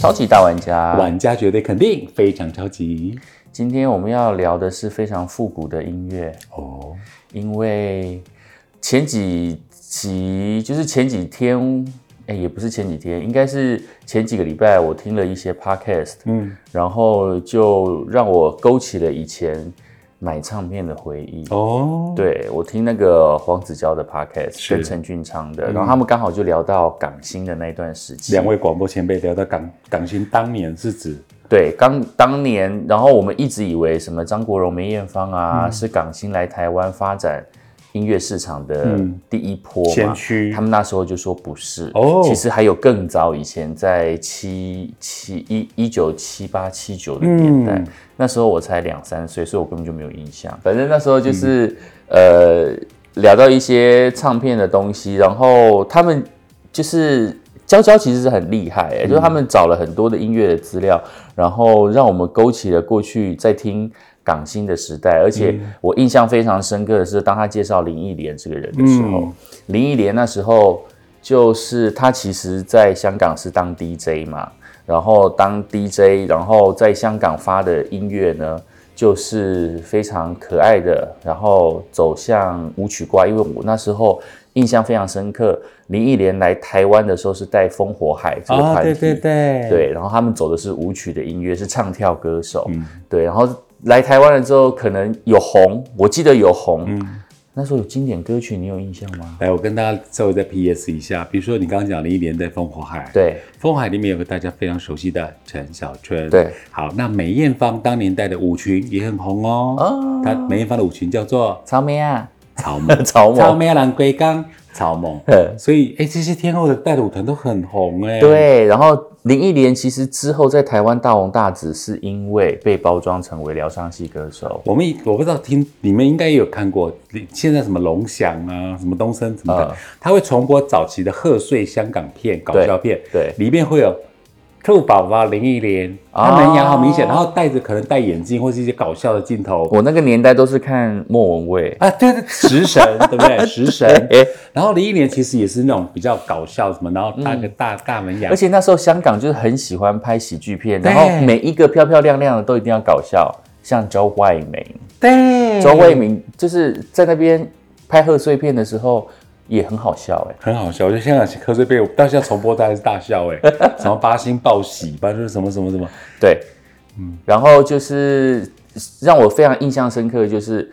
超级大玩家。玩家绝对肯定非常超级今天我们要聊的是非常复古的音乐，哦。因为前几集就是前几天，哎、也不是前几天，应该是前几个礼拜，我听了一些 podcast，嗯，然后就让我勾起了以前买唱片的回忆。哦，对我听那个黄子佼的 podcast 是跟陈俊昌的，然后他们刚好就聊到港星的那一段时期，两位广播前辈聊到港港星当年是指对，刚当年，然后我们一直以为什么张国荣、梅艳芳嗯啊，是港星来台湾发展音乐市场的嗯第一波先嘛。驱他，们那时候就说不是哦其实还有更早以前，在七七一一九七八七九的年代，嗯那时候我才两三岁，所以我根本就没有印象。反正那时候就是、呃聊到一些唱片的东西，然后他们就是娇娇其实是很厉害、欸，嗯就是他们找了很多的音乐的资料，然后让我们勾起了过去在听。港星的时代，而且嗯我印象非常深刻的是，当他介绍林忆莲这个人的时候，嗯林忆莲那时候就是她其实在香港是当 DJ 嘛，然后当 DJ，然后在香港发的音乐呢，就是非常可爱的，然后走向舞曲挂，因为我那时候印象非常深刻，林忆莲来台湾的时候是带烽火海这个啊，团体，对对对，对，然后他们走的是舞曲的音乐，是唱跳歌手，嗯对，然后来台湾了之后，可能有红，我记得有红，嗯那时候有经典歌曲，你有印象吗？来，我跟大家稍微再 PS 一下，比如说你刚刚讲林忆莲在《烽火海》，对， 《烽火海》里面有个大家非常熟悉的陈小春，对，好，那梅艳芳当年带的舞裙也很红哦，哦她梅艳芳的舞裙叫做草莓 啊，，草蜢草草蜢，莓啊郎归刚，草 蜢，嗯所以哎，这些天后的带的舞团都很红哎，，对，然后林忆莲其实之后在台湾大红大紫，是因为被包装成为疗伤系歌手，我们我不知道听你们应该也有看过，现在什么龙翔啊，什么东升什么的，嗯他会重播早期的贺岁香港片、搞笑片，对里面会有兔宝宝、林忆莲，哦他门牙好明显，然后戴着可能戴眼镜或是一些搞笑的镜 头我那个年代都是看莫文 蔚，啊，对对，食神 对不对？食神，对然后林忆莲其实也是那种比较搞笑什么，然后大个大、大门牙嗯而，且那时候香港就是很喜欢拍喜剧片，对然后每一个漂漂亮亮的都一定要搞笑，像周慧敏，对，周慧敏就是在那边拍贺岁片的时候也很好笑哎、很好笑，我觉得香港贺岁片，我到现在重播大家是大 笑哎、什么八星报喜，八就是什么什么什么，对，嗯，然后就是让我非常印象深刻的就是。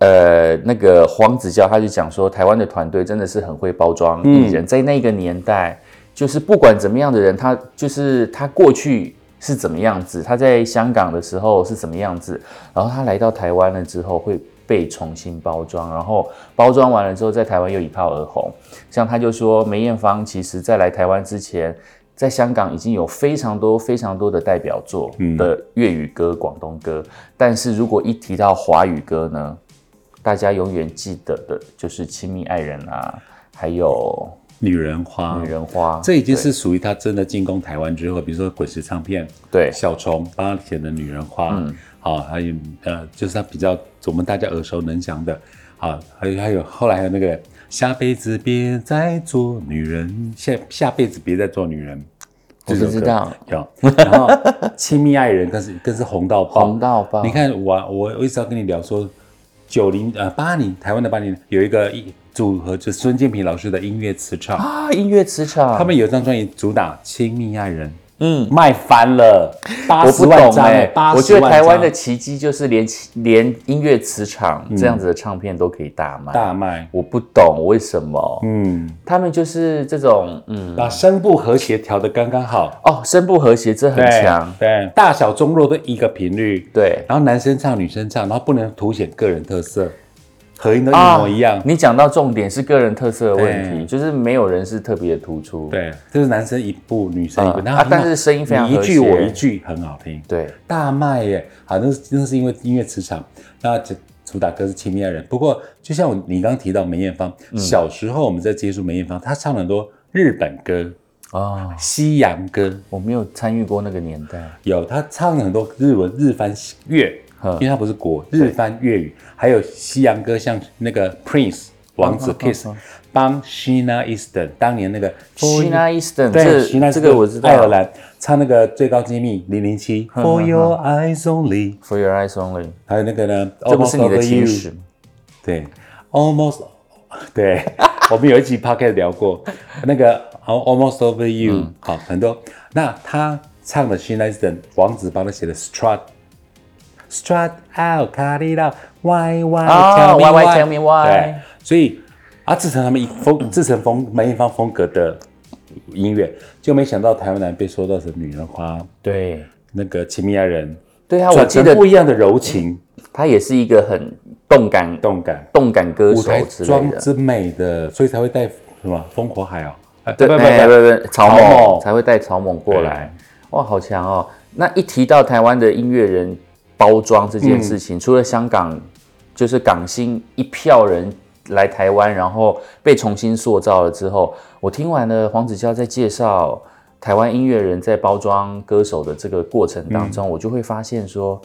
呃，那个黄子佼他就讲说，台湾的团队真的是很会包装艺人，在那个年代，就是不管怎么样的人，他就是他过去是怎么样子，他在香港的时候是怎么样子，然后他来到台湾了之后会被重新包装，然后包装完了之后，在台湾又一炮而红。像他就说，梅艳芳其实在来台湾之前，在香港已经有非常多非常多的代表作嗯的粤语歌、广东歌，但是如果一提到华语歌呢，大家永远记得的就是《亲密爱人》啊，还有女人花， 《女人花》啊这已经是属于他真的进攻台湾之后，比如说滚石唱片，对嗯小虫帮他写的《女人花》，好、还有呃，就是他比较我们大家耳熟能详的，好、还有还有后来还有那个下辈子别再做女人，下下辈子别再做女人，我不这首歌知道有，然后《亲密爱人》更是更是红到爆，红到爆哦你看我我我一直要跟你聊说，九零呃八零台湾的八零有一个一组合，就是孙建平老师的音乐磁场。啊，音乐磁场，他们有一张专辑主打《亲密爱人》，嗯。卖翻了八我十不万懂张哎、哎、八我十觉得万张。台湾的奇迹就是连连音乐磁场这样子的唱片都可以大卖。嗯大卖，我不懂为什么，嗯，他们就是这种嗯把声部和谐调得刚刚好，哦，声部和谐这很对强，对，大小中弱都一个频率，对然后男生唱女生唱，然后不能凸显个人特色，合音都一啊模一样，你讲到重点是个人特色的问对题，就是没有人是特别突出。对，这是男生一部，女生一部，嗯然后啊很好但是声音非常你一句和谐我一句，很好听，对大卖耶！好，那是那是因为音乐磁场，那主主打歌是《亲密爱人》。不过，就像我你刚刚提到梅艳芳，小时候我们在接触梅艳芳，她唱了很多日本歌、哦，西洋歌，我没有参与过那个年代。有她唱了很多日文、日翻粤，嗯因为她不是国日翻粤语，还有西洋歌，像那个 Prince 王子嗯嗯 Kiss，嗯帮 Sheena Easton 当年那个 Sheena Easton，对 Sheena 这这个我知道。嗯爱尔兰唱那个最高机密零零七 For Your Eyes Only， For Your Eyes Only，还有那个呢，这不是你的 Almost Over 天 You 使。对，almost，对， 我们有一集 podcast 聊过那个 almost over you，、好，嗯很多。那他唱的 She n i s t o n 王子帮他写的 strut。Strut out, cut it out, why why 哦 tell me why, why, why tell me why 对，所以啊，自成他们一风，自成风梅艳芳风格的音乐，就没想到台湾男被说到成女人花，对，那个亲密爱人，对啊，我转记成得不一样的柔情他也是一个很动感、动感。动感歌舞手台之类妆的。之美的，所以才会带什么烽火海哦，哎对，不不哎不，不不，草草蜢蜢才会带草蜢过来哎。哇，好强哦！那一提到台湾的音乐人包装这件事情，除了香港，就是港星一票人来台湾，然后被重新塑造了之后，我听完了黄子佼在介绍台湾音乐人在包装歌手的这个过程当中，我就会发现说，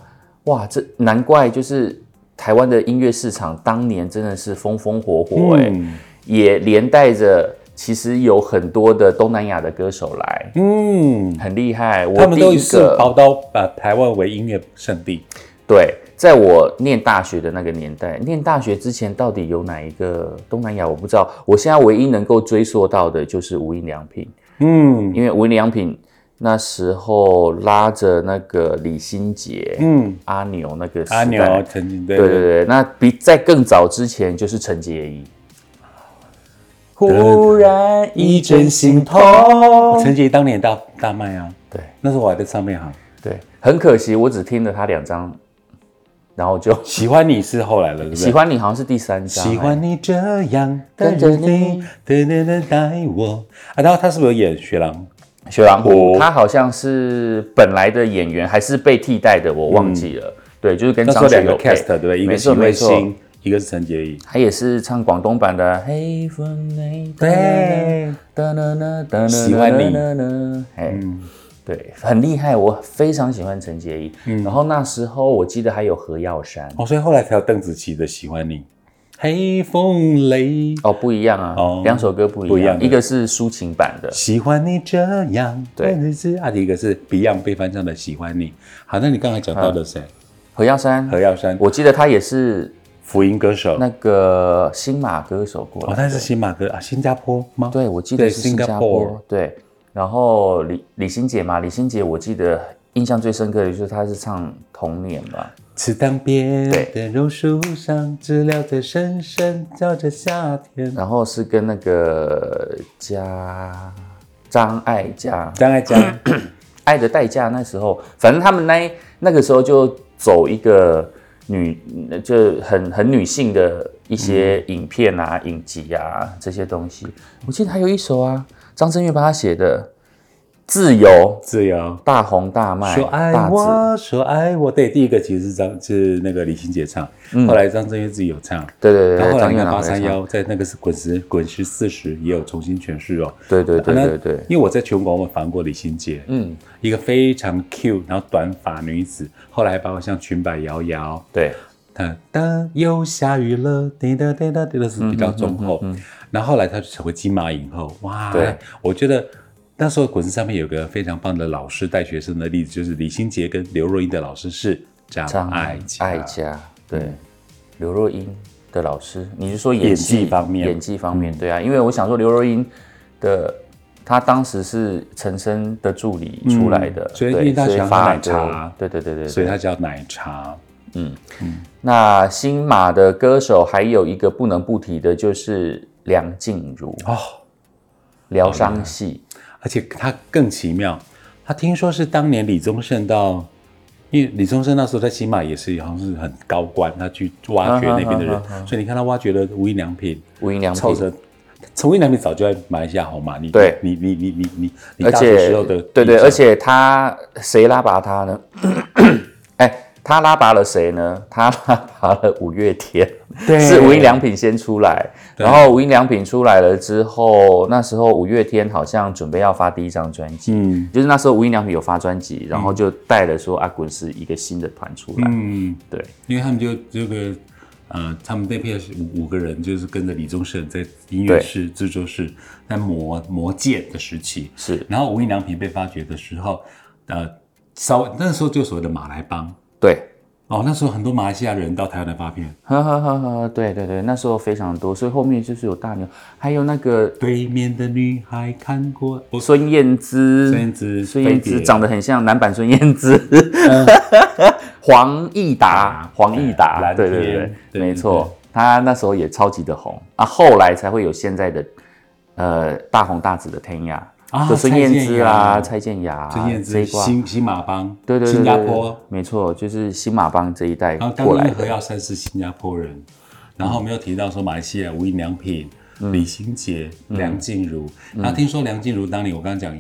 哇，这难怪就是台湾的音乐市场当年真的是风风火火哎、嗯也连带着其实有很多的东南亚的歌手来，嗯，很厉害。我他们都第一是个宝刀把台湾为音乐圣地，对，在我念大学的那个年代，念大学之前到底有哪一个东南亚我不知道。我现在唯一能够追溯到的就是无印良品，嗯因为无印良品那时候拉着那个李心洁、嗯，阿牛那个时代阿牛哦曾经对对对对，那比在更早之前就是陈洁仪。忽然一阵心痛，陈洁仪当年也大大卖啊，对那时候我还在唱片行，对，很可惜，我只听了他两张，然后就喜欢你是后来了，对不喜对？欢你好像是第三张、喜欢你这样跟跟着着你你，对对对，带我啊！然后他是不是有演雪狼？哎雪狼湖，哦他好像是本来的演员还是被替代的，我忘记了。对，就是跟嗯那时张候学两友个配 cast 对不对？一没个错许没魏错，星，一个是陈洁仪，他也是唱广东版的《黑风内》。对。哒啦啦哒啦啦喜欢你嗯啦啦哎，对，很厉害，我非常喜欢陈洁仪。嗯然后那时候我记得还有何耀珊，哦，所以后来才有邓紫棋的《喜欢你》，黑风雷，哦，不一样啊哦，两首歌不不一一样，样的一个是抒情版的，喜欢你这样，对但是啊，一个是 Beyond 被翻唱的《喜欢你》。好，那你刚才讲到嗯的谁？何耀珊，何耀珊，我记得他也是福音歌手。那个新马歌手过哦，来，他是新马哥啊，新加坡吗？对我记得对是新加坡 Singapore，对。然后李李心洁嘛，李心洁我记得印象最深刻的就是她是唱《童年》吧，池塘边对的榕树上，知了在深深叫着夏天。然后是跟那个加张艾嘉《张爱嘉，爱的代价》那时候，反正他们那一那个时候就走一个女，就很很女性的一些嗯影片啊、影集啊这些东西。我记得还有一首啊，张震岳帮他写的《自由》，自由。大红大卖，说爱哎大紫，我，说爱我。对，第一个其实是张是那个李心洁唱，嗯后来张震岳自己有唱。对对然对对，后后来张你岳看老八师三，幺，在那个是滚石滚石四十也有重新诠释哦。对对对那对对，因为我在全国我访问过李心洁，嗯，一个非常 Q，然后短发女子，后来还包括像裙摆摇摇，对，哒哒又下雨了，滴答滴答滴答是比较忠厚。然后后来她就成为金马影后，哇！对，我觉得那时候滚石上面有个非常棒的老师带学生的例子，就是李心洁跟刘若英的老师是张张艾嘉。爱家，对，刘若英的老师，你是说演演技技方面嗯演技方面，对啊，因为我想说刘若英的，她当时是陈升的助理出来的，嗯所以对因为她所喜欢喝发奶茶歌对对对对，所以对她叫奶茶。那新马的歌手还有一个不能不提的就是梁静茹，哦，疗伤系，而且他更奇妙，他听说是当年李宗盛到，因为李宗盛那时候在新马也是好像是很高官，他去挖掘那边的人，啊所以你看他挖掘了无印良品，无印良凑品。着。无印良品早就在马来西亚红嘛，你对你你你你你你而大学且时候的对对，印象而且他谁拉拔他呢？ 哎，他拉拔了谁呢？他拉拔了五月天， 对是无印良品先出来，对然后无印良品出来了之后，那时候五月天好像准备要发第一张专辑，嗯就是那时候无印良品有发专辑，然啊后就带了说阿滚是一个新的团出来，嗯，对因为他们就这个呃，他们那片是五五个人，就是跟着李宗盛在音乐室、制作室在磨磨剑的时期。是然后无印良品被发掘的时候，呃，稍微那时候就所谓的马来帮对，哦，那时候很多马来西亚人到台湾来发片，呵呵呵呵，对对对，那时候非常多，所以后面就是有大牛，还有那个对面的女孩看过我孙燕姿，孙燕姿孙燕飞姿碟嗯长得很像男版孙燕姿， 黄义达啊，黄义达，蓝对对天对对对，对没错，他那时候也超级的红啊，后来才会有现在的呃大红大紫的天涯啊就孙燕姿啊，蔡蔡健雅啊，孙燕这姿、一挂，新新马帮、对对对，新加对对坡，啊没错，就是新马帮这一代然后刚过刚来因为何的，耀珊是新加坡人，然后没有提到说马来西亚无印良品、李心洁、梁静茹。嗯然后听说梁静茹当年我刚刚讲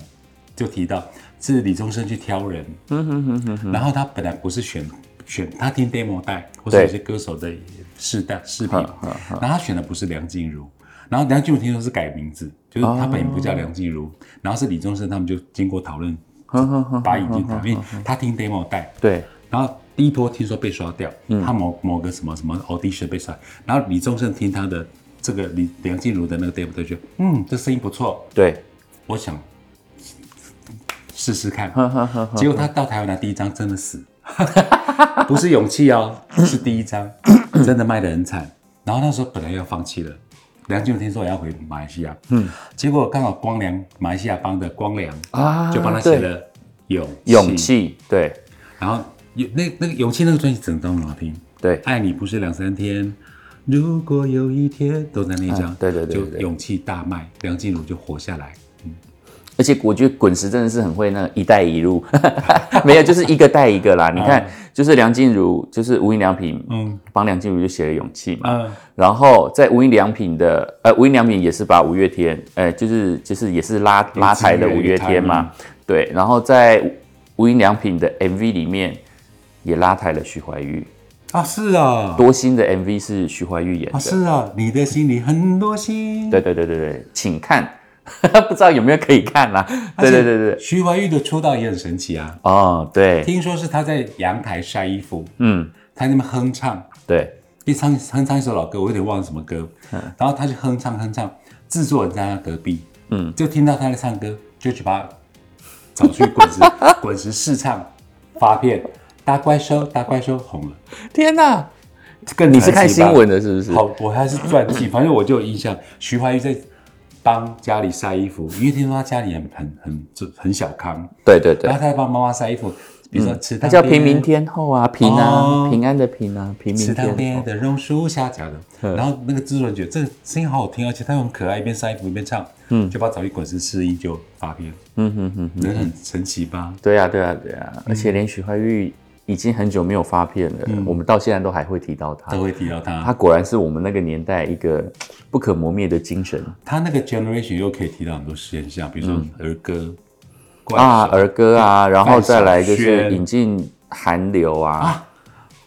就提到是李宗盛去挑人，嗯然后他本来不是选选他听 demo 带或者对有些歌手的试带视频，然后他选的不是梁静茹。然后梁静茹听说是改名字，就是哦她本名不叫梁静茹，然后是李宗盛他们就经过讨论，把引进讨论，他听 demo 带，对，然后第一波听说被刷掉，嗯他某某个什么什么 audition 被刷，然后李宗盛听他的这个李梁静茹的那个 demo，他就觉得嗯，这声音不错，对，我想试试看。呵呵呵呵，结果他到台湾来第一张真的死，不是勇气哦，是第一张真的卖得很惨。然后那时候本来要放弃了，梁静茹听说我要回马来西亚，嗯，结果刚好光良马来西亚帮的光良啊就帮他写了勇勇气，对然后有那那个勇气那个专辑整张很好听，对爱你不是两三天，如果有一天都在那一张，嗯对对对对就对勇气大卖，梁静茹就活下来。而且我觉得滚石真的是很会那个一带一路， 没有就是一个带一个啦。你看，就是梁静茹，就是无印良品，嗯帮梁静茹就写了《勇气》嘛。嗯，然后在无印良品的，呃，无印良品也是把五月天，呃，就是就是也是拉拉抬的五月天嘛，对。然后在无印良品的 MV 里面也拉抬了徐怀钰，啊是啊，多心的 MV 是徐怀钰演啊的。是啊，你的心里很多心。对对对对对，请看， 不知道有没有可以看啦、对对对对，徐怀钰的出道也很神奇啊，哦，对，听说是她在阳台晒衣服，嗯，她那边哼唱，对，一唱哼唱一首老歌，我有点忘了什么歌，然后她就哼唱哼唱，制作人在她隔壁，嗯就听到她在唱歌，就去把她找去滚 石滚石试唱发片，打怪兽打怪兽红了，天哪，更你是看传奇吧新闻的，是不是？好，我还是传记，反正我就有印象，徐怀钰在帮家里晒衣服，因为听说她家里很很很就很小康，对对然对后，她在帮妈妈晒衣服，比如说吃那汤叫边、平民天后啊，平哦啊，平安的平啊，平池民塘天嗯边后。的榕树下假的，然后那个制作人觉得这个声音好好听，而且他又很可爱，一边晒衣服一边唱，嗯，就把早一滚石试音就发片，嗯哼哼，人很神奇吧？对啊对啊对嗯啊，而且连许怀钰已经很久没有发片了，嗯我们到现在都还会提到都她。会提到她他，果然是我们那个年代一个不可磨灭的精神他那个 generation 又可以提到很多现象，比如说儿歌、怪嗯啊，兽儿歌啊，然后再来就范晓是萱引进韩流啊啊，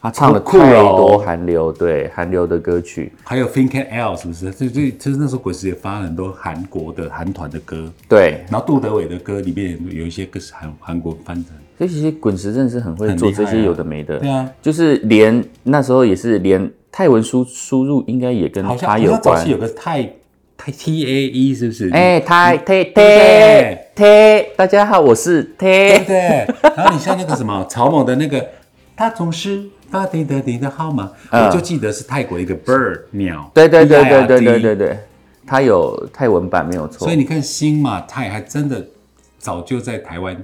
她唱了酷酷哦太多韩流，对韩流的歌曲，还有 Think and L 是不是？就就就是那时候滚石也发了很多韩国的韩团的歌，对，然后杜德伟的歌里面有一些歌是韩韩国翻的，所以其实滚石真的是很会很做厉害这啊些有的没的，对啊，就是连那时候也是连泰文输输入应该也跟好像他好有像早关期。有个泰泰 T A E 是不是？哎，嗯泰泰泰对泰，大家好，我是对不泰。对？然后你像那个什么曹某的那个，他总是发给的你的号码，嗯我就记得是泰国一个 bird 鸟，对对对对对 B I R 对 D 对对，他有泰文版没有错啊所以。你看新马泰还真的早就在台湾，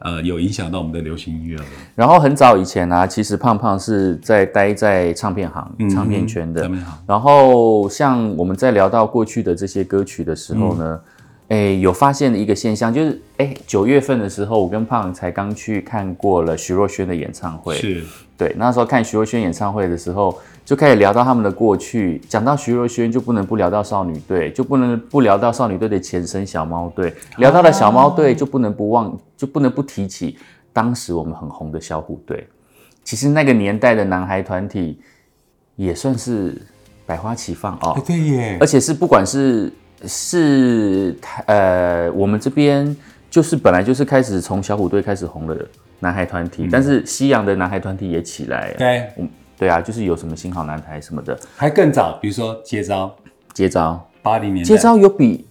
呃，有影响到我们的流行音乐了，然后很早以前啊，其实胖胖是在待在唱片行、嗯唱片圈的咱。们好，然后像我们在聊到过去的这些歌曲的时候呢，诶，有发现一个现象，就是诶，九月份的时候，我跟胖才刚去看过了徐若瑄的演唱会。是对，那时候看徐若瑄演唱会的时候，就开始聊到他们的过去。讲到徐若瑄，就不能不聊到少女队，就不能不聊到少女队的前身小猫队。聊到了小猫队，就不能不忘，就不能不提起当时我们很红的小虎队。其实那个年代的男孩团体也算是百花齐放哦哎，对耶而，且是不管是是台呃，我们这边就是本来就是开始从小虎队开始红的男孩团体，但是西洋的男孩团体也起来了。嗯对，对啊，就是有什么新好男孩什么的，还更早，比如说接招，接招，八零年代接，招有比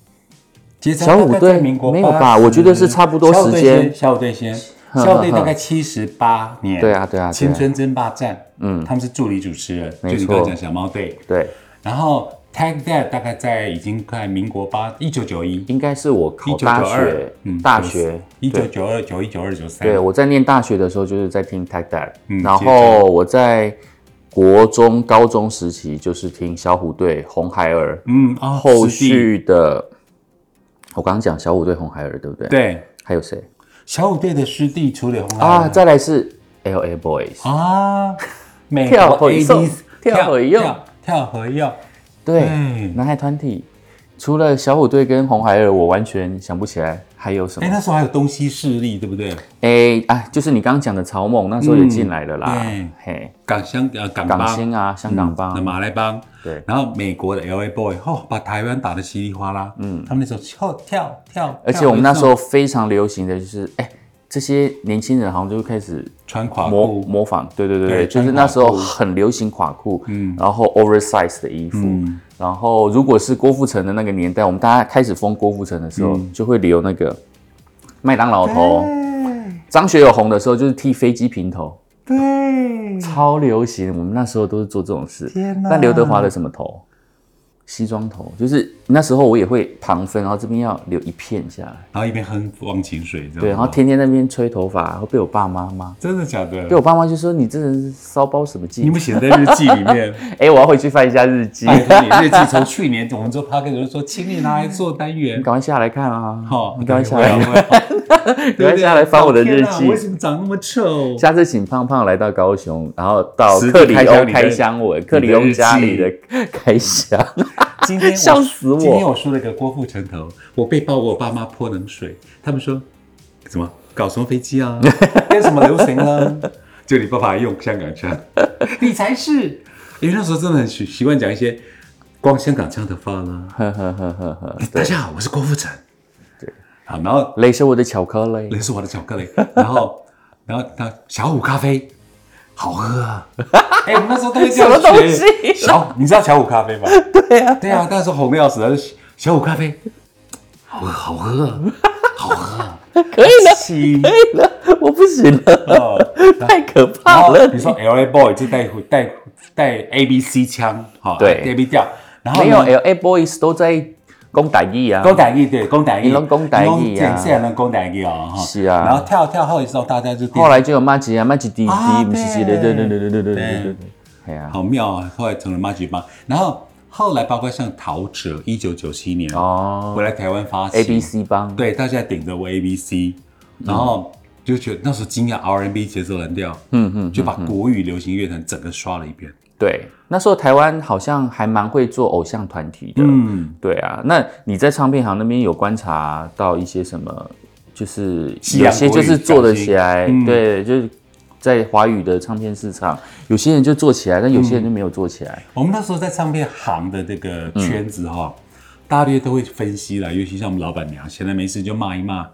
接招小大虎概队在民国没有吧80我觉得是差不多时间嗯小虎队先，小虎队大概七十八年，对啊对啊对啊嗯青春争霸战，嗯，他们是助理主持人，就没错你刚刚讲小猫队，对，然后 Tag Dad 大概在已经快民国八一九九一。应该是我考一九大九学二，，嗯，大学一九九二、九一、九二、九三，对，我在念大学的时候就是在听 Tech Dad，、嗯然后我在国中、高中时期就是听小虎队、红孩儿，嗯，哦，后师弟续的我刚刚讲小虎队、红孩儿，对不对？，对还有谁小虎队的师弟处理红孩啊？儿再来是 L A Boys，、啊，美跳国河 80s 送跳河用跳跳河用，对，嗯男孩团体。除了小虎队跟红孩儿，我完全想不起来还有什么哎，。那时候还有东西势力，对不对？哎、啊，就是你刚刚讲的草蜢，那时候也进来了啦。嗯嘿，港香呃港港帮星啊，香港帮、的马来帮，对然后美国的 L A Boy，哦，把台湾打得稀里哗啦，嗯，他们那时候跳跳跳，而且我们那时嗯候非常流行的就是，哎、这些年轻人好像就开始穿垮模裤，模仿，对对对对对，就是穿那垮时候裤很流行垮裤，嗯然后 oversize 的衣服，嗯然后如果是郭富城的那个年代，我们大家开始封郭富城的时候，嗯就会留那个麦当劳头。哎张学友红的时候就是剃飞机平头，对，超流行。我们那时候都是做这种事。天哪但刘德华的什么头？西装头，就是那时候我也会旁分，然后这边要留一片下来。然后一边哼忘情水，这对，然样后吗，天天那边吹头发，会被我爸妈骂。真的假的被？我爸妈就说你这人是骚包什么技你？们写在日记里 面，哎、我要回去翻一下日记，拜你托你日记从去年我们做 p o d c a 说，请你拿来做单元。哦赶快下来看啊！好，你赶快下来，我也会，你赶快下来翻我的日老天啊记为。什么长那么臭？下次请胖胖来到高雄，然后到实地克里开箱欧你的开箱我克里欧家里的开箱， 今天我笑死我今天我梳了个郭富城头，我被爆我爸妈泼冷水，他们说怎么搞什么飞机 啊，跟什么流行啊？就你爸爸用香港腔，你才是，因为那时候真的很习习惯讲一些光香港腔的话啦。呵呵呵呵呵，大家好，我是郭富城。对，好，然后雷是我的巧克力那，是我的巧克力。 然后，然后他小虎咖啡好喝 啊！哎、我们那时候都会这样什么东学西小，你知道小虎咖啡 吗？对啊，对啊，那时候红的要死，他就小虎咖啡好喝，好喝啊，好喝啊， 可以了，亲可以了，我不行了，哦太可然怕后了。你说 L A Boy 就带带带 A B C 腔，好、对，A B 调，然后呢没有 L A Boys 都在攻打意啊，讲台语对，讲台语，你拢讲台语啊你拢这这人拢讲台语哦，哈是啊然后跳跳后的时候，大家就后来就有麦吉啊，麦吉滴啊滴，不是是的，对对对对对对对对对对，哎呀，好妙啊！后来成了妈吉帮，然后后来包括像陶喆，一九九七年哦回来台湾发行，A B C 嗯帮，对，大家顶着我 A B C，然后就觉得那时候惊讶 R N B 节奏蓝调，嗯嗯，就把国语流行乐坛整个刷了一遍，对，那时候台湾好像还蛮会做偶像团体的，嗯，对啊，那你在唱片行那边有观察到一些什么？就是西有洋些国语就是做得起来，小心嗯对，就是在华语的唱片市场，有些人就做起来，但有些人就没有做起来。我们那时候在唱片行的这个圈子哈、大略都会分析啦，尤其像我们老板娘，闲来没事就骂一骂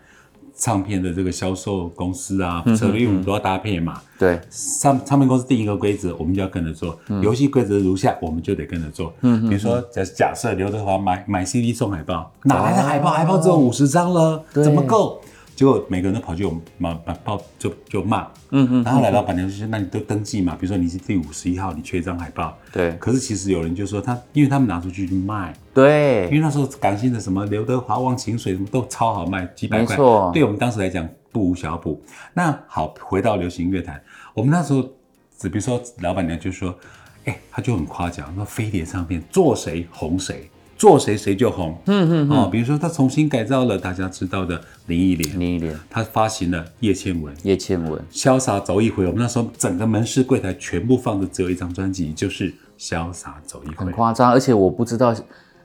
唱片的这个销售公司啊，嗯策略，因为我们都要搭配嘛。对，唱唱片公司定一个规则，我们就要跟着做。游戏规则如下，我们就得跟着做。嗯嗯，比哦如说假假设刘德华买买 CD 送海报，哪来的海报？海报只有五十张了，怎么够？结果每个人都跑去我们骂把报就就骂。嗯嗯。然后来老板娘就说：“那你都登记嘛，比如说你是第五十一号，你缺一张海报。”对可是其实有人就说他，因为他们拿出去去卖，因对，为那时候港星的什么刘德华、忘情水什么都超好卖，几百没块。错对我们当时来讲不无小补。那好，回到流行乐坛，我们那时候只比如说老板娘就说，哎、她就很夸奖，说飞碟唱片做谁红谁，做谁谁就红。嗯嗯哦，比如说她重新改造了大家知道的林忆莲，林忆莲、她发行了叶倩文。叶倩文，潇洒走一回，我们那时候整个门市柜台全部放的只有一张专辑，就是《潇洒走一回很》。夸张，而且我不知道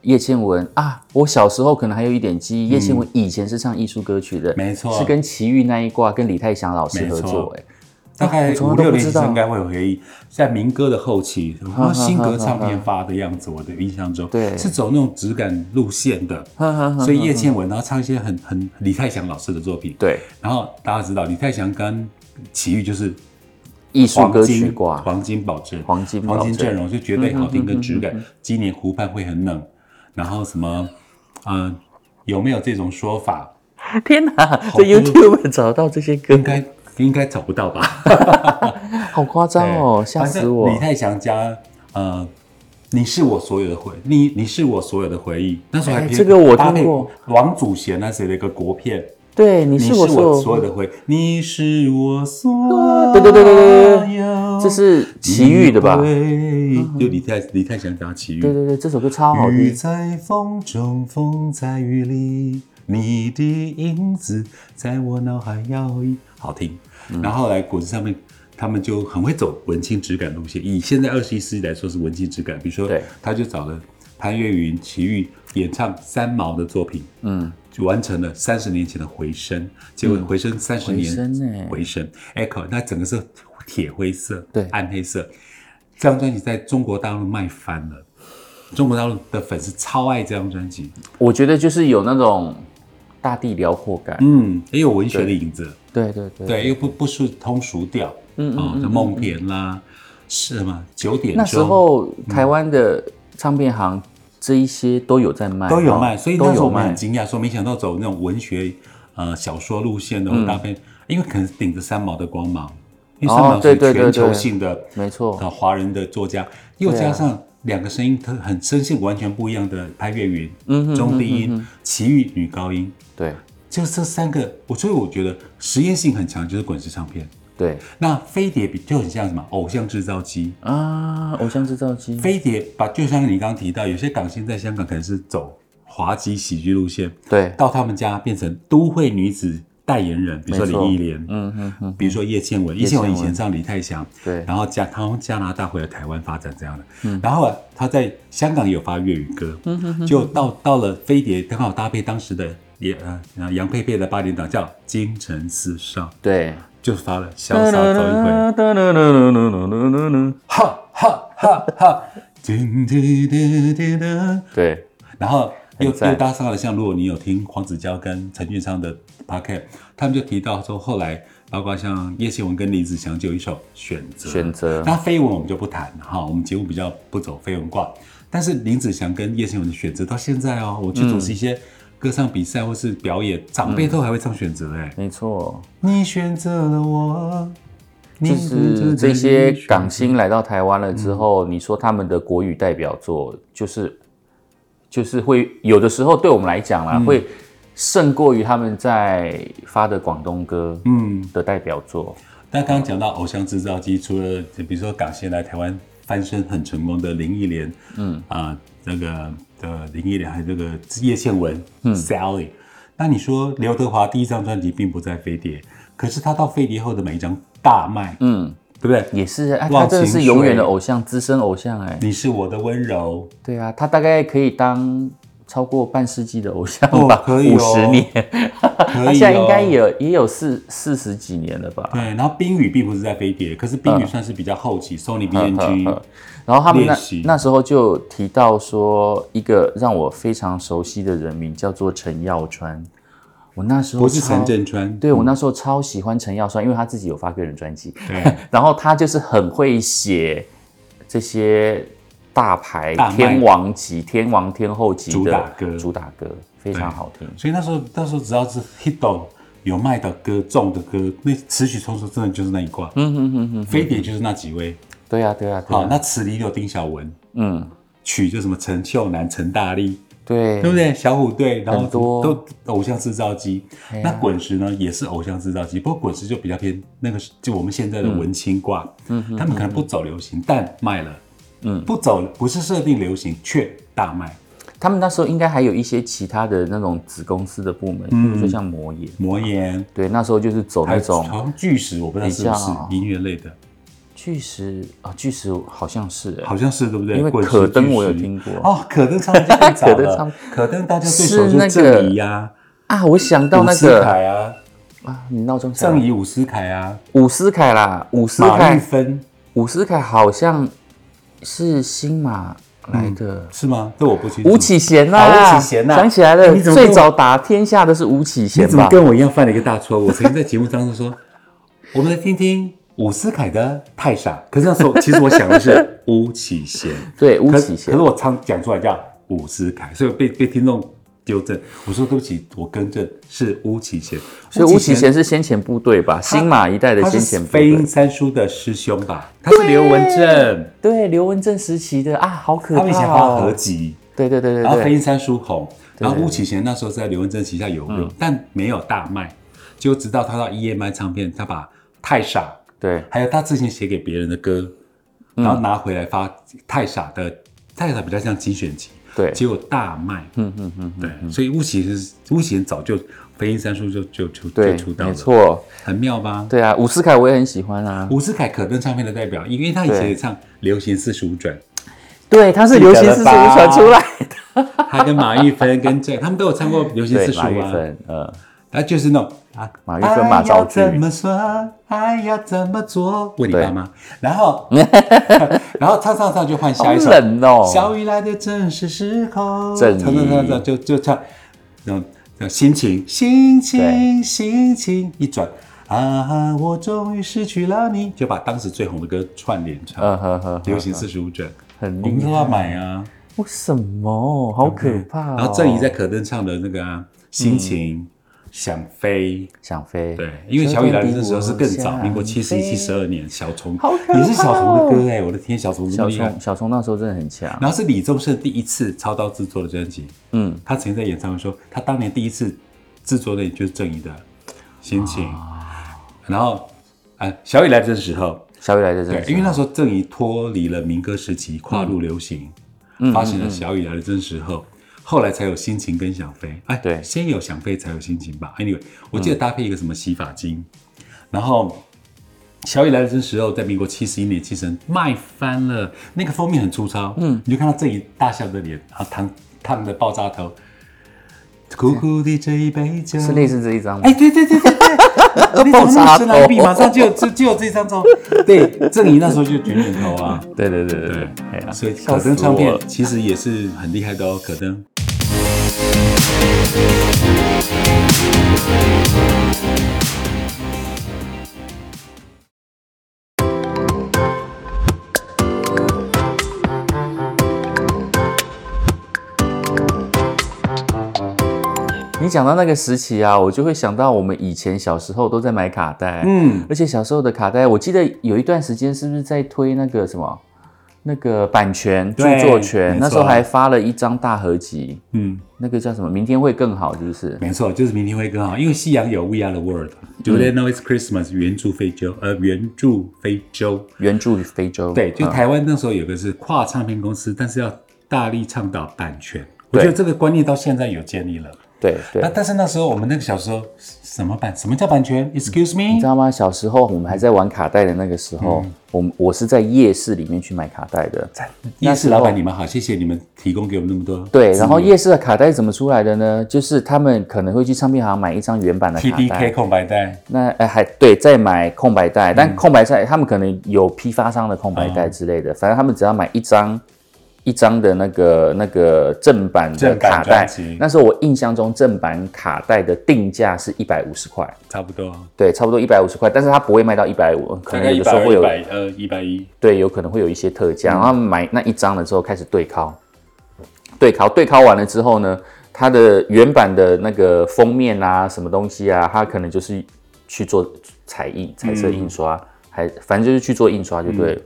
叶倩文啊，我小时候可能还有一点记忆，叶倩文以前是唱艺术歌曲的，没错是跟齐豫那一挂，跟李泰祥老师没合错作、哎，大概我从五来都六不年知级生道应，该会有回忆，在民歌的后期，然后新格唱片发的样子，我的印象中，对是走那种质感路线的，呵呵呵所以叶倩文，然后唱一些很很李泰祥老师的作品，对然后大家知道李泰祥跟齐豫就是艺术黄歌金曲挂黄金保证，黄金保黄金证嗯阵容就绝对好听跟质感。今年湖畔会很冷，然后什么，嗯，有没有这种说法？天哪，多在 YouTube 找到这些歌应，该应该找不到吧？好夸张哦，吓死我反正！李泰祥加呃，你是我所有的回，你你是我所有的回忆。那时候还哎偏这个我搭听配过王祖贤那谁的一个国片，对，你你是是我我所所有有，的回，你是我所对对对对对有这是奇遇的吧？对，就李泰李泰祥加奇遇。对对对，这首歌超好雨听。在风中，风在雨里，你的影子在我脑海摇曳，好听。嗯然后后来果子上面，他们就很会走文青质感路线。以现在二十一世纪来说，是文青质感。比如说对，他就找了潘越云、齐豫演唱三毛的作品，嗯，就完成了三十年前的回声。结果回声三嗯十回年声欸回声 echo，那整个是铁灰色，对暗黑色。这张专辑在中国大陆卖翻了。中国大陆的粉丝超爱这张专辑，我觉得就是有那种大地辽阔感。嗯，也有文学的影子，对对对。对，又不不是通俗调，嗯嗯，像梦田啦，是吗？九点那钟时候台湾的唱片行这一些都有在卖，都有卖，哦所以都那时候有我们很卖。惊讶，说没想到走那种文学呃小说路线的搭配，因为可能顶着三毛的光芒，因为三嗯哦毛是对对对全球对啊性的没错，呃华人的作家，又加上两个声音特很声线完全不一样的潘越云，嗯，中低音、齐豫女高音，对就这三个，我所以我觉得实验性很强，就是滚石唱片。对那飞碟比就很像什么偶像制造机，啊，偶像制造机，飞碟把就像你刚刚提到，有些港星在香港可能是走滑稽喜剧路线，对到他们家变成都会女子代言人，比如说没错林忆莲，嗯嗯嗯，比如说叶倩文，叶倩文以前上李泰祥，对然后加他从加拿大回来台湾发展这样的，然后啊他在香港也有发粤语歌，就到到了飞碟刚好搭配当时的也呃杨佩佩的八点档叫《京城四少》，对，就发了《潇洒走一回》。哈哈哈哈，嘟嘟嘟嘟嘟对，然后又很赞又搭上了，像如果你有听黄子佼跟陈俊昌的 p o c a s t 他们就提到说，后来包括像叶倩文跟林子祥就有一首《选择》，选择那绯闻我们就不谈哈，我们节目比较不走绯闻卦。但是林子祥跟叶倩文的选择到现在哦，我去主持一些歌唱比赛或是表演，长辈都还会唱选择哎、没错，你选择了我，你就是这些港星来到台湾了之后，嗯你说他们的国语代表作，就是就是会有的时候对我们来讲啦，嗯会胜过于他们在发的广东歌嗯，的代表作。那刚刚讲到偶像制造机，除了比如说港星来台湾翻身很成功的林忆莲，嗯啊、那个的林忆莲，还有这个叶倩文、Sally。那你说刘德华第一张专辑并不在飞碟，可是他到飞碟后的每一张大卖，嗯，对不对？也是，哎，忘他真的情是永水嗯远的偶像，资深偶像，哎，你是我的 温柔，对啊，他大概可以当超过半世纪的偶像哦吧，可以五哦十年，可以、哦。他现在应该也有也有四四十几年了吧？对。然后冰雨并不是在飞碟，可是嗯冰雨算是比较后期，Sony BNG 然后他们那练习那时候就提到说，一个让我非常熟悉的人名叫做陈耀川，我那时候不是超陈振川，对我那时候超喜欢陈耀川，因为他自己有发个人专辑，对 然后他就是很会写这些大牌大卖天王级、天王天后级的主打歌主打歌非常好听。所以那时候，那时候只要是 hit 到有卖的歌、中的歌，那词曲创作真的就是那一挂。嗯嗯嗯嗯，飞碟就是那几位。对啊，对啊，对好，啊，那词里有丁晓文，嗯，曲就什么陈秀楠、陈大力，对对不对？小虎队，然后很多都偶像制造机。那滚石呢，也是偶像制造机，不过滚石就比较偏那个是，就我们现在的文青挂。嗯他们可能不走流行，但卖了。嗯，不走不是设定流行，却大卖。他们那时候应该还有一些其他的那种子公司的部门，比如说像魔眼，魔岩，对，那时候就是走嗯还那有种好像巨石，我不知道是不比较是音乐类的。巨石啊，巨石好像是、欸，好像是对不对？因为滚石可登巨石我有听过哦，可登唱片 太早可登了唱，可登大家最熟是就那是个郑怡呀、啊，我想伍到那思个凯啊，啊，你闹钟响郑了，怡、伍思凯啊，伍思凯啦，伍思马玉凯，芬伍思凯好像是新马来的。是吗？这我不清楚。吴启贤呐、嗯啊吴启贤呐想起来哎了，你怎么跟最我早打天下的是吴启你贤怎么吧？ 跟我一样犯了一个大错误？我曾经在节目当中说，我们来听听伍思凯的太傻，可是那时候其实我想的 是巫启贤，对，巫可启贤可是，我唱讲出来叫伍思凯，所以被被听众纠正。我说对不起，我更正是巫启贤。所以巫启贤是先遣部队吧，新马一代的他先是遣部队飞鹰。三叔的师兄吧？他是刘文正，对，刘文正时期的啊，好可他怕、哦。们以前发合集，对对对然后哦对飞对，鹰三叔红，然后巫启贤那时候是在刘文正旗下有嗯有，但没有大卖，就直到他到 EMI 唱片，他把太傻，对还有他之前写给别人的歌，嗯然后拿回来发太傻的，太傻比较像精选集，对结果大卖，嗯嗯嗯，对，所以巫启贤巫启贤早就飞鹰三叔就就就就对出，道没了，错，很妙吧？对啊，伍思凯我也很喜欢啊。伍思凯可登唱片的代表，因为他以前也唱《流行四十五转》， 对，他是流行四十五传出来的。他跟马玉芬跟这他们都有唱过《流行对四，十五马玉》啊。芬，呃，他就是那种啊，马玉芬马兆爱要怎驹，么算？爱要怎么做？问你爸妈。然 后，然后唱唱唱就换好下一首。冷哦。小雨来的正是时候。正义唱唱唱唱就就唱，嗯，那心情心情心情一转啊，我终于失去了你，就把当时最红的歌串联唱，嗯呵呵，流行四十五转，很我们厉都害。要买啊。为什么？好可怕、哦！嗯然后郑怡在可登唱的那个啊，心情想飞。想飞，对，因为小雨来的那时候是更早，民国七十一、七十二年，小虫好可怕哦也是小虫的歌哎、我的天，小虫这小么厉害虫，。小虫那时候真的很强。然后是李宗盛第一次操刀制作的专辑，嗯，他曾经在演唱会说，他当年第一次制作的也就是郑怡的《心情》啊然后，呃，小雨来的时候，小雨来的真对的，是因为那时候郑怡脱离了民歌时期，跨入流行，发行了《小雨来的真时候》，后来才有心情跟想飞。哎，对先有想飞才有心情吧。Anyway，我记得搭配一个什么洗发精，然后。小雨来的真时候，在民国七十一年七成卖翻了，那个封面很粗糙，嗯，你就看到郑怡大笑的脸，然后烫烫的爆炸头，苦苦的这一杯酒，是类似这一张吗？哎，对对对对 对，你怎么那么神来笔？马上就有就就有这张照。 对，郑怡那时候就卷卷头 啊。对对对对对啊哎呀，所以可笑死登唱我片了其实也是很厉害的哦，可登。你讲到那个时期啊，我就会想到我们以前小时候都在买卡带，嗯，而且小时候的卡带，我记得有一段时间是不是在推那个什么？那个版权、著对作权，没那时候错还发了一张大合集，嗯，那个叫什么？明天会更好，是不是？没错，就是明天会更好，因为夕阳有 We Are the World。Do they know it's Christmas？原住非洲，呃，原住非洲。原著非洲，对，就嗯台湾那时候有个是跨唱片公司，但是要大力倡导版权。我对觉得这个观念到现在有建立了。对对那，但是那时候我们那个小时候什么版？什么叫版权？Excuse 你知 me？道吗？小时候我们还在玩卡带的那个时候，嗯我们我是在夜市里面去买卡带的。夜市老板你们好，谢谢你们提供给我们那么多对，然后夜市的卡带怎么出来的呢？就是他们可能会去唱片行买一张原版的卡 TDK 带，空白带，那呃还对，再买空白带，嗯但空白带他们可能有批发商的空白哦带之类的，反正他们只要买一张。一张的那个那个正版的正版卡带专辑，那时候我印象中正版卡带的定价是一百五十块，差不多，对，差不多一百五十块，但是它不会卖到一百五，可大能概有一的时百候二、会一有百二、一百一。对，有可能会有一些特价，然后买那一张了之后开始对拷，对拷，对拷完了之后呢，它的原版的那个封面啊，什么东西啊，它可能就是去做彩印、彩色印刷，还反正就是去做印刷就对了。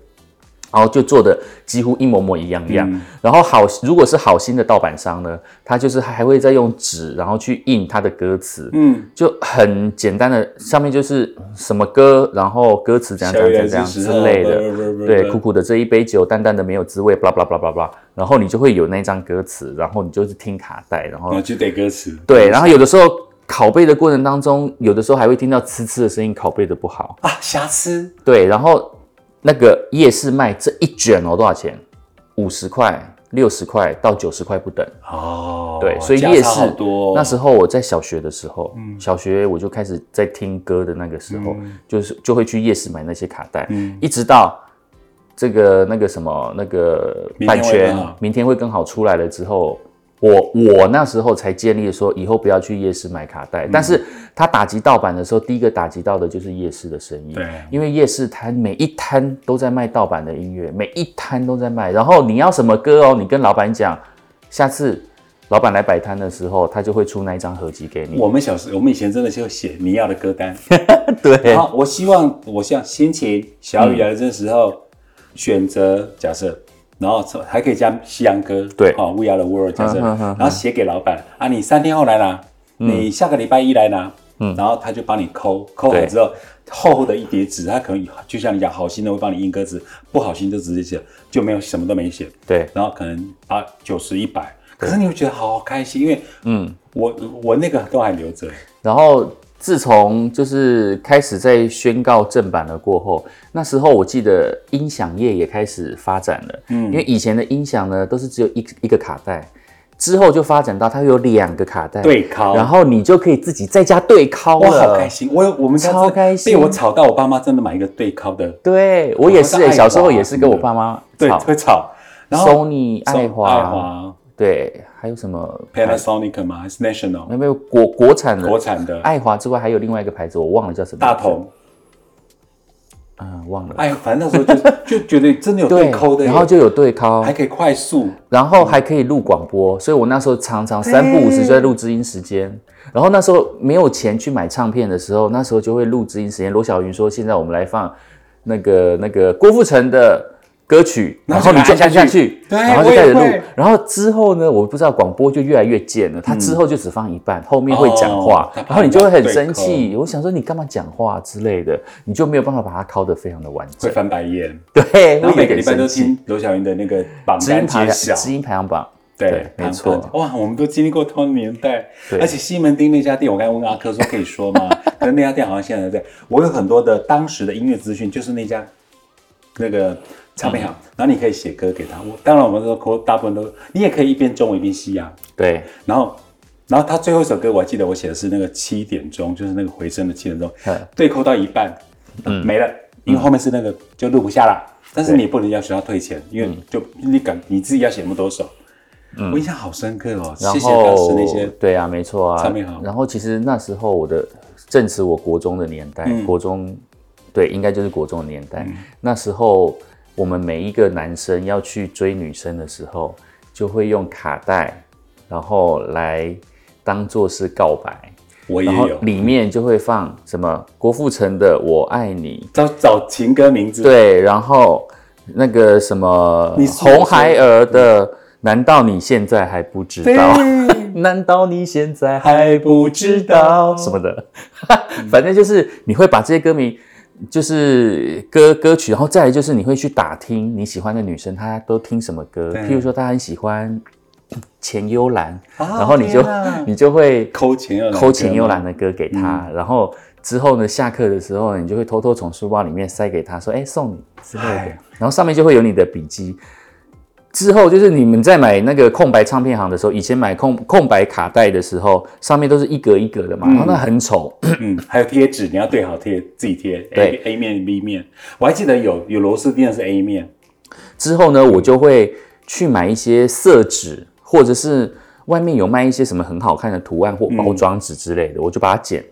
然后就做的几乎一模模一样样，然后好，如果是好心的盗版商呢，他就是还会再用纸，然后去印他的歌词，嗯，就很简单的，上面就是什么歌，然后歌词怎样怎样怎样怎样之类的，对，苦苦的这一杯酒，淡淡的没有滋味，blah blah blah blah blah，然后你就会有那张歌词，然后你就是听卡带，然后我就得歌词。对，然后有的时候拷贝的过程当中，有的时候还会听到呲呲的声音，拷贝的不好，啊，瑕疵对，然后那个夜市卖这一卷哦多少钱？五十块、六十块到九十块不等，哦，对，所以价夜差市好多哦。嗯那时候我在小学的时候，小学我就开始在听歌的那个时候，就是就会去夜市买那些卡带，嗯一直到这个那个什么那个明天版会权更好明天会更好出来了之后，我我那时候才建立说以后不要去夜市买卡嗯带，但是他打击盗版的时候，第一个打击到的就是夜市的生意。对因为夜市摊每一摊都在卖盗版的音乐，每一摊都在卖。然后你要什么歌哦，你跟老板讲，下次老板来摆摊的时候，他就会出那一张合集给你。我们小时，我们以前真的就写你要的歌单。 对然，后我希望我像先前小雨来的时候，选择假设，然后还可以加西洋歌，对哦，We Are the World 假设，嗯嗯嗯然后写给老板啊，你三天后来拿，你下个礼拜一来拿，嗯，然后他就帮你抠抠好对之后，厚厚的一叠纸，他可能就像你讲，好心的会帮你印歌词，不好心就直接写，就没有什么都没写，对，然后可能八九十一百，可是你会觉得好开心，因为嗯，我我那个都还留着，然后自从就是开始在宣告正版了过后，那时候我记得音响业也开始发展了，嗯，因为以前的音响呢都是只有一一个卡带，之后就发展到它有两个卡带，，对，考。然后你就可以自己在家对拷我了，好开。心，我有我们家超开心被我吵到，我爸妈真的买一个对敲的，对我也是、我是爱华嗯欸，小时候也是跟我爸妈对，吵会吵。然后，Sony 送爱华，爱华、对，还有什么？ Panasonic 吗？还是没 National 有没有国国产的国产的嗯爱华之外，还有另外一个牌子，我忘了叫什么。大，同？嗯，忘了。哎，反正那时候 就就觉得真的有对抠的耶，然后就有对敲，还可以快速，然后嗯还可以录广播，所以我那时候常常三不五时就在录知音时间。然后那时候没有钱去买唱片的时候，那时候就会录知音时间。罗小云说：“现在我们来放那个那个郭富城的歌曲，然然后后就你就按按下下去去，对然后就开始录我也会。然后之后呢，我不知道广播就越来越贱了，它之后就只放一半，后面会讲哦话，它怕然后你就会很对口生气。我想说你干嘛讲话之类的，你就没有办法把它拷得非常的完会整。翻白眼。对，然我后每有个点礼拜生都气。听罗小云的那个榜知单音排揭晓，知音排行榜。”对对，没错蛮棒的哇，我们都经历过同样的年代，对而且西门町那家店，我刚才问阿珂说可以 说吗？可是那家店好像现在还在。我有很多的当时的音乐资讯，就是那家那个唱片行，嗯然后你可以写歌给他。我当然我们都抠，大部分都你也可以一边中文一边西洋。对，然后，然后他最后一首歌我还记得我写的是那个七点钟，就是那个回声的七点钟嗯，对扣到一半，没了，因为后面是那个就录不下嗯了。但是你也不能要求他退钱，因为就你敢你自己要写那么多首，我印象好深刻哦。嗯然谢谢当时后那些对啊，没错啊上面好。然后其实那时候我的正值我国中的年代，嗯国中对，应该就是国中的年代。那时候我们每一个男生要去追女生的时候，就会用卡带，然后来当做是告白，我也然后有，里面就会放什么郭富城的《我爱你找找情歌名》，字，对，然后那个什么你是我红孩儿的《难道你现在还不知道》。嗯难道你现在还不知道什么的？嗯反正就是你会把这些歌名，就是歌歌曲，然后再来就是你会去打听你喜欢的女生她都听什么歌，对譬如说她很喜欢钱幽兰，啊然后你就天哪嗯你就会抠钱又抠钱幽兰的歌给她，然后之后呢，下课的时候你就会偷偷从书包里面塞给她，说：“哎、送你之类的。哎”然后上面就会有你的笔记。之后就是你们在买那个空白唱片行的时候，以前买空空白卡带的时候，上面都是一格一格的嘛，然后那很丑。嗯，还有贴纸，你要对好贴，自己贴 A 对 A 面 B 面。我还记得有有螺丝钉的是 A 面，之后呢，我就会去买一些色纸，或者是外面有卖一些什么很好看的图案或包装纸之嗯类的，我就把它剪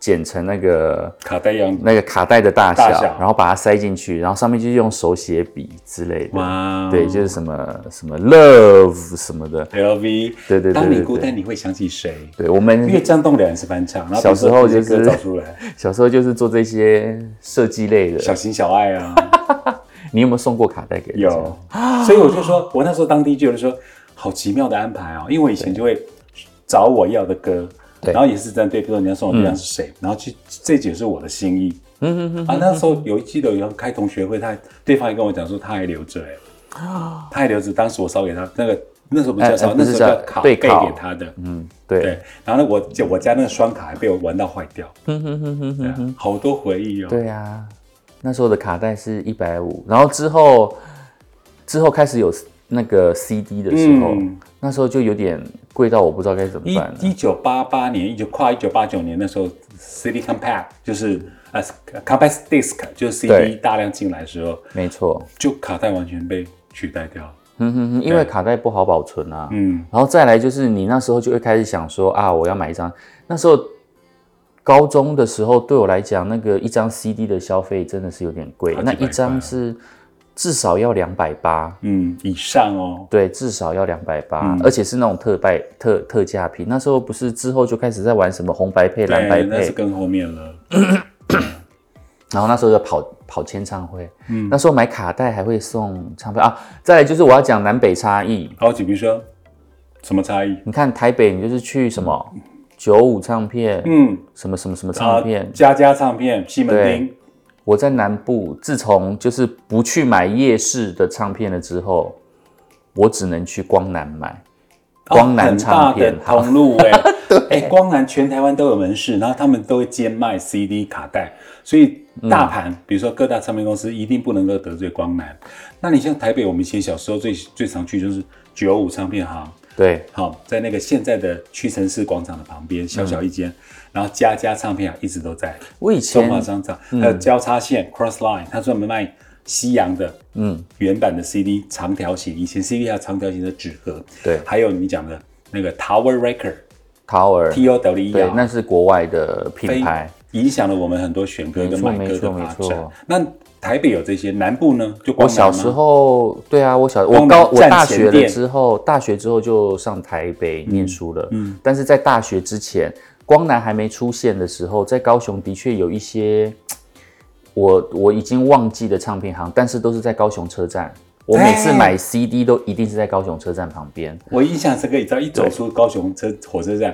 剪成那个卡带一样。那个卡带的大小，大小然后把它塞进去，然后上面就是用手写笔之类的。哇哦，对，就是什么什么 love 什么的， LV。对对对当对你对孤单，你会想起谁？对我们因为张栋梁是翻唱，然后小时候比如说这些歌就是找出 来，小时候就是做这些设计类的。小情小爱啊，你有没有送过卡带给人家？有，所以我就说，我那时候当 DJ 我就说，好奇妙的安排哦，因为我以前就会找我要的歌，对嗯然后也是针对，比如说你要送我对象是谁，然后去这也是我的心意。嗯嗯嗯。啊，那时候有一记得有开同学会，他对方也跟我讲说他还留着哎，他还留着，当时我烧给他那个。那时候不叫烧，哎哎不那时是候叫叫卡背对给烤他的，嗯，对对。然后呢，我就我家那个双卡还被我玩到坏掉， 对啊好多回忆哦。对啊，那时候的卡带是一百五，然后之后之后开始有那个 CD 的时候，嗯那时候就有点贵到我不知道该怎么一办了。一九八八年，一九跨一九八九年那时候，CD compact 就是呃 compact disc 就是 CD 对大量进来的时候，没错， 就卡带完全被取代掉了。嗯哼哼，因为卡带不好保存啊。嗯，然后再来就是你那时候就会开始想说啊，我要买一张。那时候高中的时候，对我来讲，那个一张 CD 的消费真的是有点贵，好几那百块一张是至少要两百八。嗯，以上哦，对，至少要两百嗯八，而且是那种特卖特特价品。那时候不是之后就开始在玩什么红白配、蓝白对，那是配，更后面了。然后那时候就跑跑签唱会，嗯那时候买卡带还会送唱片啊。再来就是我要讲南北差异，好，请比如说什么差异？你看台北，你就是去什么九五唱片，嗯，什么什么什么啊唱片。佳佳唱片、西门町，我在南部，自从就是不去买夜市的唱片了之后，我只能去光南买。哦光南唱片哦很大的通路 哎、哎、光南全台湾都有门市，然后他们都会兼卖 CD 卡带，所以大盘、嗯比如说各大唱片公司一定不能够得罪光南。那你像台北，我们以前小时候最最常去就是九五唱片行，对，好，在那个现在的屈臣氏广场的旁嗯边，小小一间，然后佳佳唱片行一直都在，我以中华前商场，还有交叉线 Cross Line，它专门卖西洋的，嗯，原版的 CD 长条形，以前 CD 还有长条形的纸盒，对还有你讲的那个 Tower Record 桃儿， T O W E 对， R，那是国外的品牌。影响了我们很多选歌跟买没歌错的没发错展。那台北有这些，南部呢就我光小南吗时候，对啊，我小光我南高我站大前学了店之后，大学之后就上台北念书了。嗯，但是在大学之前，光南还没出现的时候，在高雄的确有一些我我已经忘记的唱片行，但是都是在高雄车站。我每次哎买 CD 都一定是在高雄车站旁边，我印象深刻，你知道一走出高雄车火车站，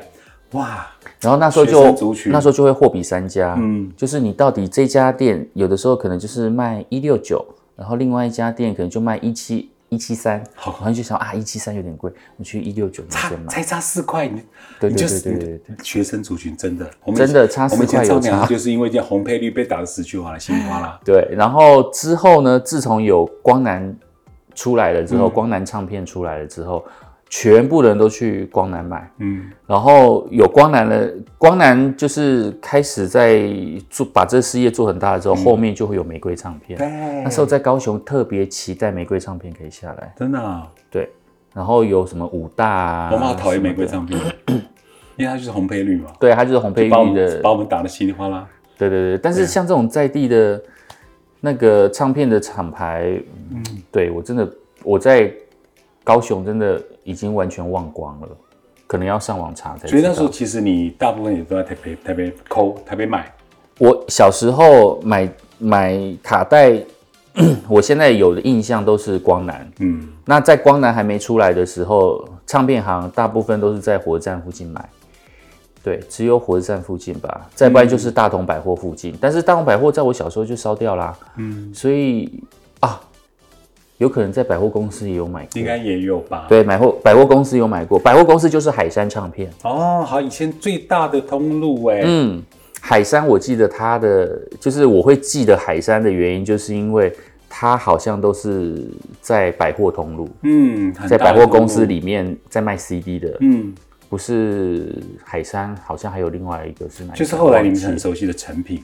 哇，然后那时候学生就族群那时候就会货比三家，嗯嗯，就是你到底这家店有的时候可能就是卖一六九，然后另外一家店可能就卖一七一七三，好然后你就想啊一七三有点贵，我去一六九那差边买，才差四块，你对你对就是对对对学生族群真的，我们真的差我们四以前块唱有两差，就是因为这红配绿被打得死去 活来，稀里哗啦。对。然后之后呢，自从有光南出来了之嗯后，光南唱片出来了之后，全部人都去光南买，嗯，然后有光南的光南就是开始在做把这事业做很大了嗯之后，后面就会有玫瑰唱片。对那时候在高雄特别期待玫瑰唱片可以下来，真的啊，对。然后有什么武大啊，我妈好讨什么厌玫瑰的，唱片，因为它就是红配绿嘛，对，它就是红配把我绿们的把，我们打得稀里哗啦。对对对。但是啊像这种在地的那个唱片的厂牌，嗯，对我真的我在高雄真的已经完全忘光了，可能要上网查才所以知那道时。候其实你大部分也都在台北、台北抠、台北买，我小时候买买卡带， 我现在有的印象都是光南。嗯，那在光南还没出来的时候，唱片行大部分都是在火车站附近买。对，只有火车站附近吧，再不然就是大同百货附近。但是大同百货在我小时候就烧掉啦，嗯，所以啊，有可能在百货公司也有买过应。该也有吧。对，百货百货公司有买过，百货公司就是海山唱片。哦，好，以前最大的通路哎，嗯，海山，我记得它的就是我会记得海山的原因，就是因为它好像都是在百货通路，嗯，很在大百的货公司通路，里面在卖 CD 的，嗯，不是海山，好像还有另外一个是哪一个？就是后来你们忘很记熟悉的成品。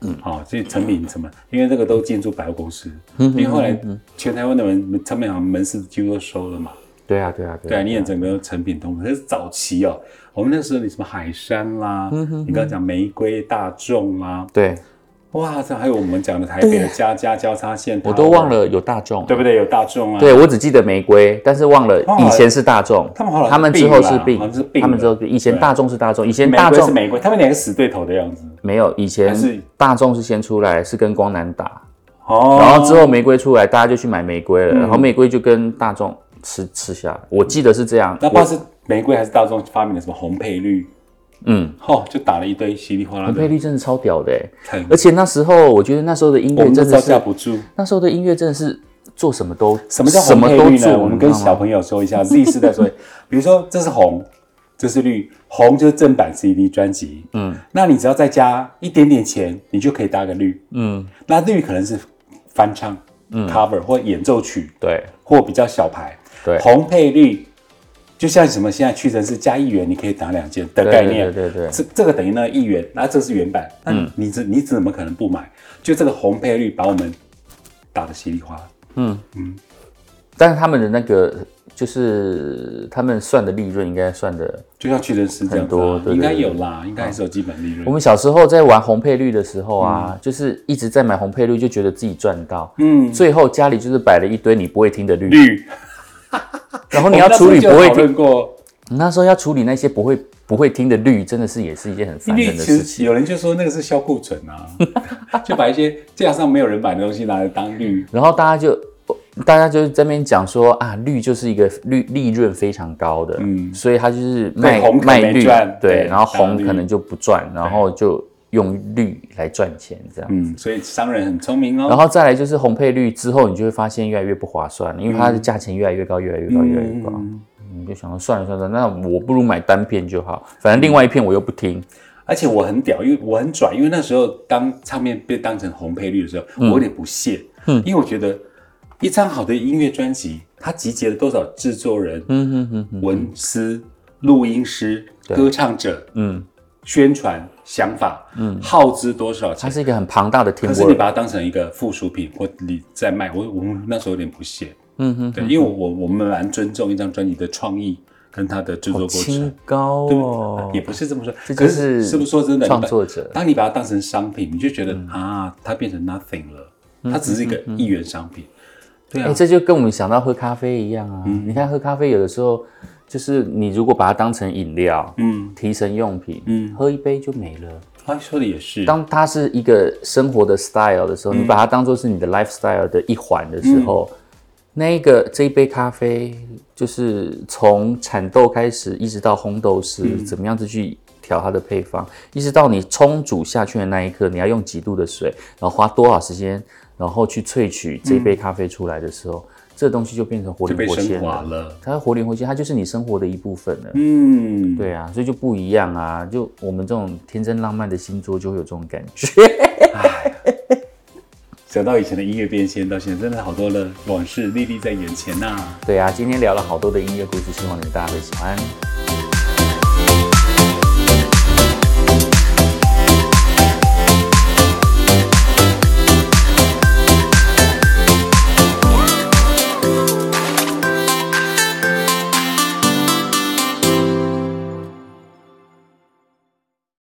嗯，好、这些成品什么？因为这个都进驻百货公司，嗯因为后来全台湾的门唱片行门市几乎都收了嘛。对啊对啊对对啊啊，你也整个成品通路，可是早期哦，我们那时候你什么海山啦，嗯你刚刚讲玫瑰大众啦，对，哇，这还有我们讲的台北的家家交叉线，我都忘，了有大众，对不对？有大众啊，对，我只记得玫瑰，但是忘了忘了以前是大众，他们后来他们之后是好像是并，并他们之后了是以前对大众是大众，以前玫大瑰是众玫瑰，他们两个死对头的样子。没有，以还是前大众是先出来，是跟光南打。哦，嗯然后之后玫瑰出来，大家就去买玫瑰了，然后玫瑰就跟大众吃吃下来。我记得是这样，那不知道是玫瑰还是大众发明的什么红配绿，嗯，哦，就打了一堆稀里哗啦配的率真的超屌的欸、菜，而且那时候我觉得那时候的音嗯我乐们都真招的架是，不住。那时时候的音乐真的是做什么都什么叫什红么配都绿呢？做，我们你知跟道吗小朋友说一下，Z 世代说， 比如说这是红，这是绿，红就是正版 CD 专辑，嗯，那你只要再加一点点钱，你就可以搭个绿，嗯，那绿可能是翻唱、cover 嗯或演奏曲对或比较小牌，对红配绿。就像什么现在屈臣氏加一元，你可以打两件的概念，对对对对嗯这这个等于那一元，那这是原版，那你怎你怎么可能不买？就这个红配绿把我们打得稀里哗啦，但是他们的那个就是他们算的利润应该算的。就像屈臣氏这样很子、多啊，对对应该对有啦，应该还是有基本利我润。们小时候在玩红配绿的时候啊，就是一直在买红配绿，就觉得自己赚到，嗯，最后家里就是摆了一堆你不会听的绿，绿，然后你要处理不我们会那时候就有讨听，论过那时候要处理那些不会不会听的绿，真的是也是一件很烦绿人的其事实情。有人就说那个是销库存啊， 就把一些架上没有人买的东西拿来当绿。然后大家就大家就在那边讲说啊，绿就是一个利利润非常高的，嗯所以它就是卖红可能卖没绿赚，对对，然后打红绿可能就不赚，然后就用绿来赚钱这样。嗯，所以商人很聪明然哦。后再来就是红配绿之后，你就会发现越来越不划嗯算了，因为它的价钱越来越高，越来越高，越来越高。你就想说算了算了，那我不如买单片就好，反正另外一片我又不听。而且我很屌，因为我很拽，因为那时候当唱片被当成红配绿的时候，我有点不屑，嗯因为我觉得一张好的音乐专辑，它集结了多少制作人、嗯哼哼哼，文思、录音师、歌唱者、嗯，宣传想法，嗯，耗资多少它钱？是一个很庞大的 team 可是你 work。把它当成一个附属品或你在卖，我我那时候有点不屑，嗯哼，对，因为我我我们蛮尊重一张专辑的创意跟它的制作过程清，高对不对哦也，不是这么说，这可就是是是不是说真的？你把创作者当你把它当成商品，你就觉嗯得啊，它变成 nothing 了，它只是一个一元商品。对哎、啊，嗯这就跟我们想到喝咖啡一样啊。你看喝咖啡有的时候，就是你如果把它当成饮料、嗯，提神用品，嗯嗯，喝一杯就没了。他说的也是，当它是一个生活的 style 的时嗯候，你把它当做是你的 lifestyle 的一环的时候，那一个这一杯咖啡，就是从产豆开始，一直到烘豆师、嗯怎么样子去调它的配方，一直到你冲煮下去的那一刻，你要用几度的水，然后花多少时间，然后去萃取这杯咖啡出来的时候，这东西就变成活嗯就被灵活升现华了。了。它活灵活现，它就是你生活的一部分了。嗯，对啊，所以就不一样啊！就我们这种天真浪漫的星座就会有这种感觉。想到以前的音乐变现，到现在真的好多的往事历历在眼前呐、啊对啊，今天聊了好多的音乐故事，希望你们大家会喜欢。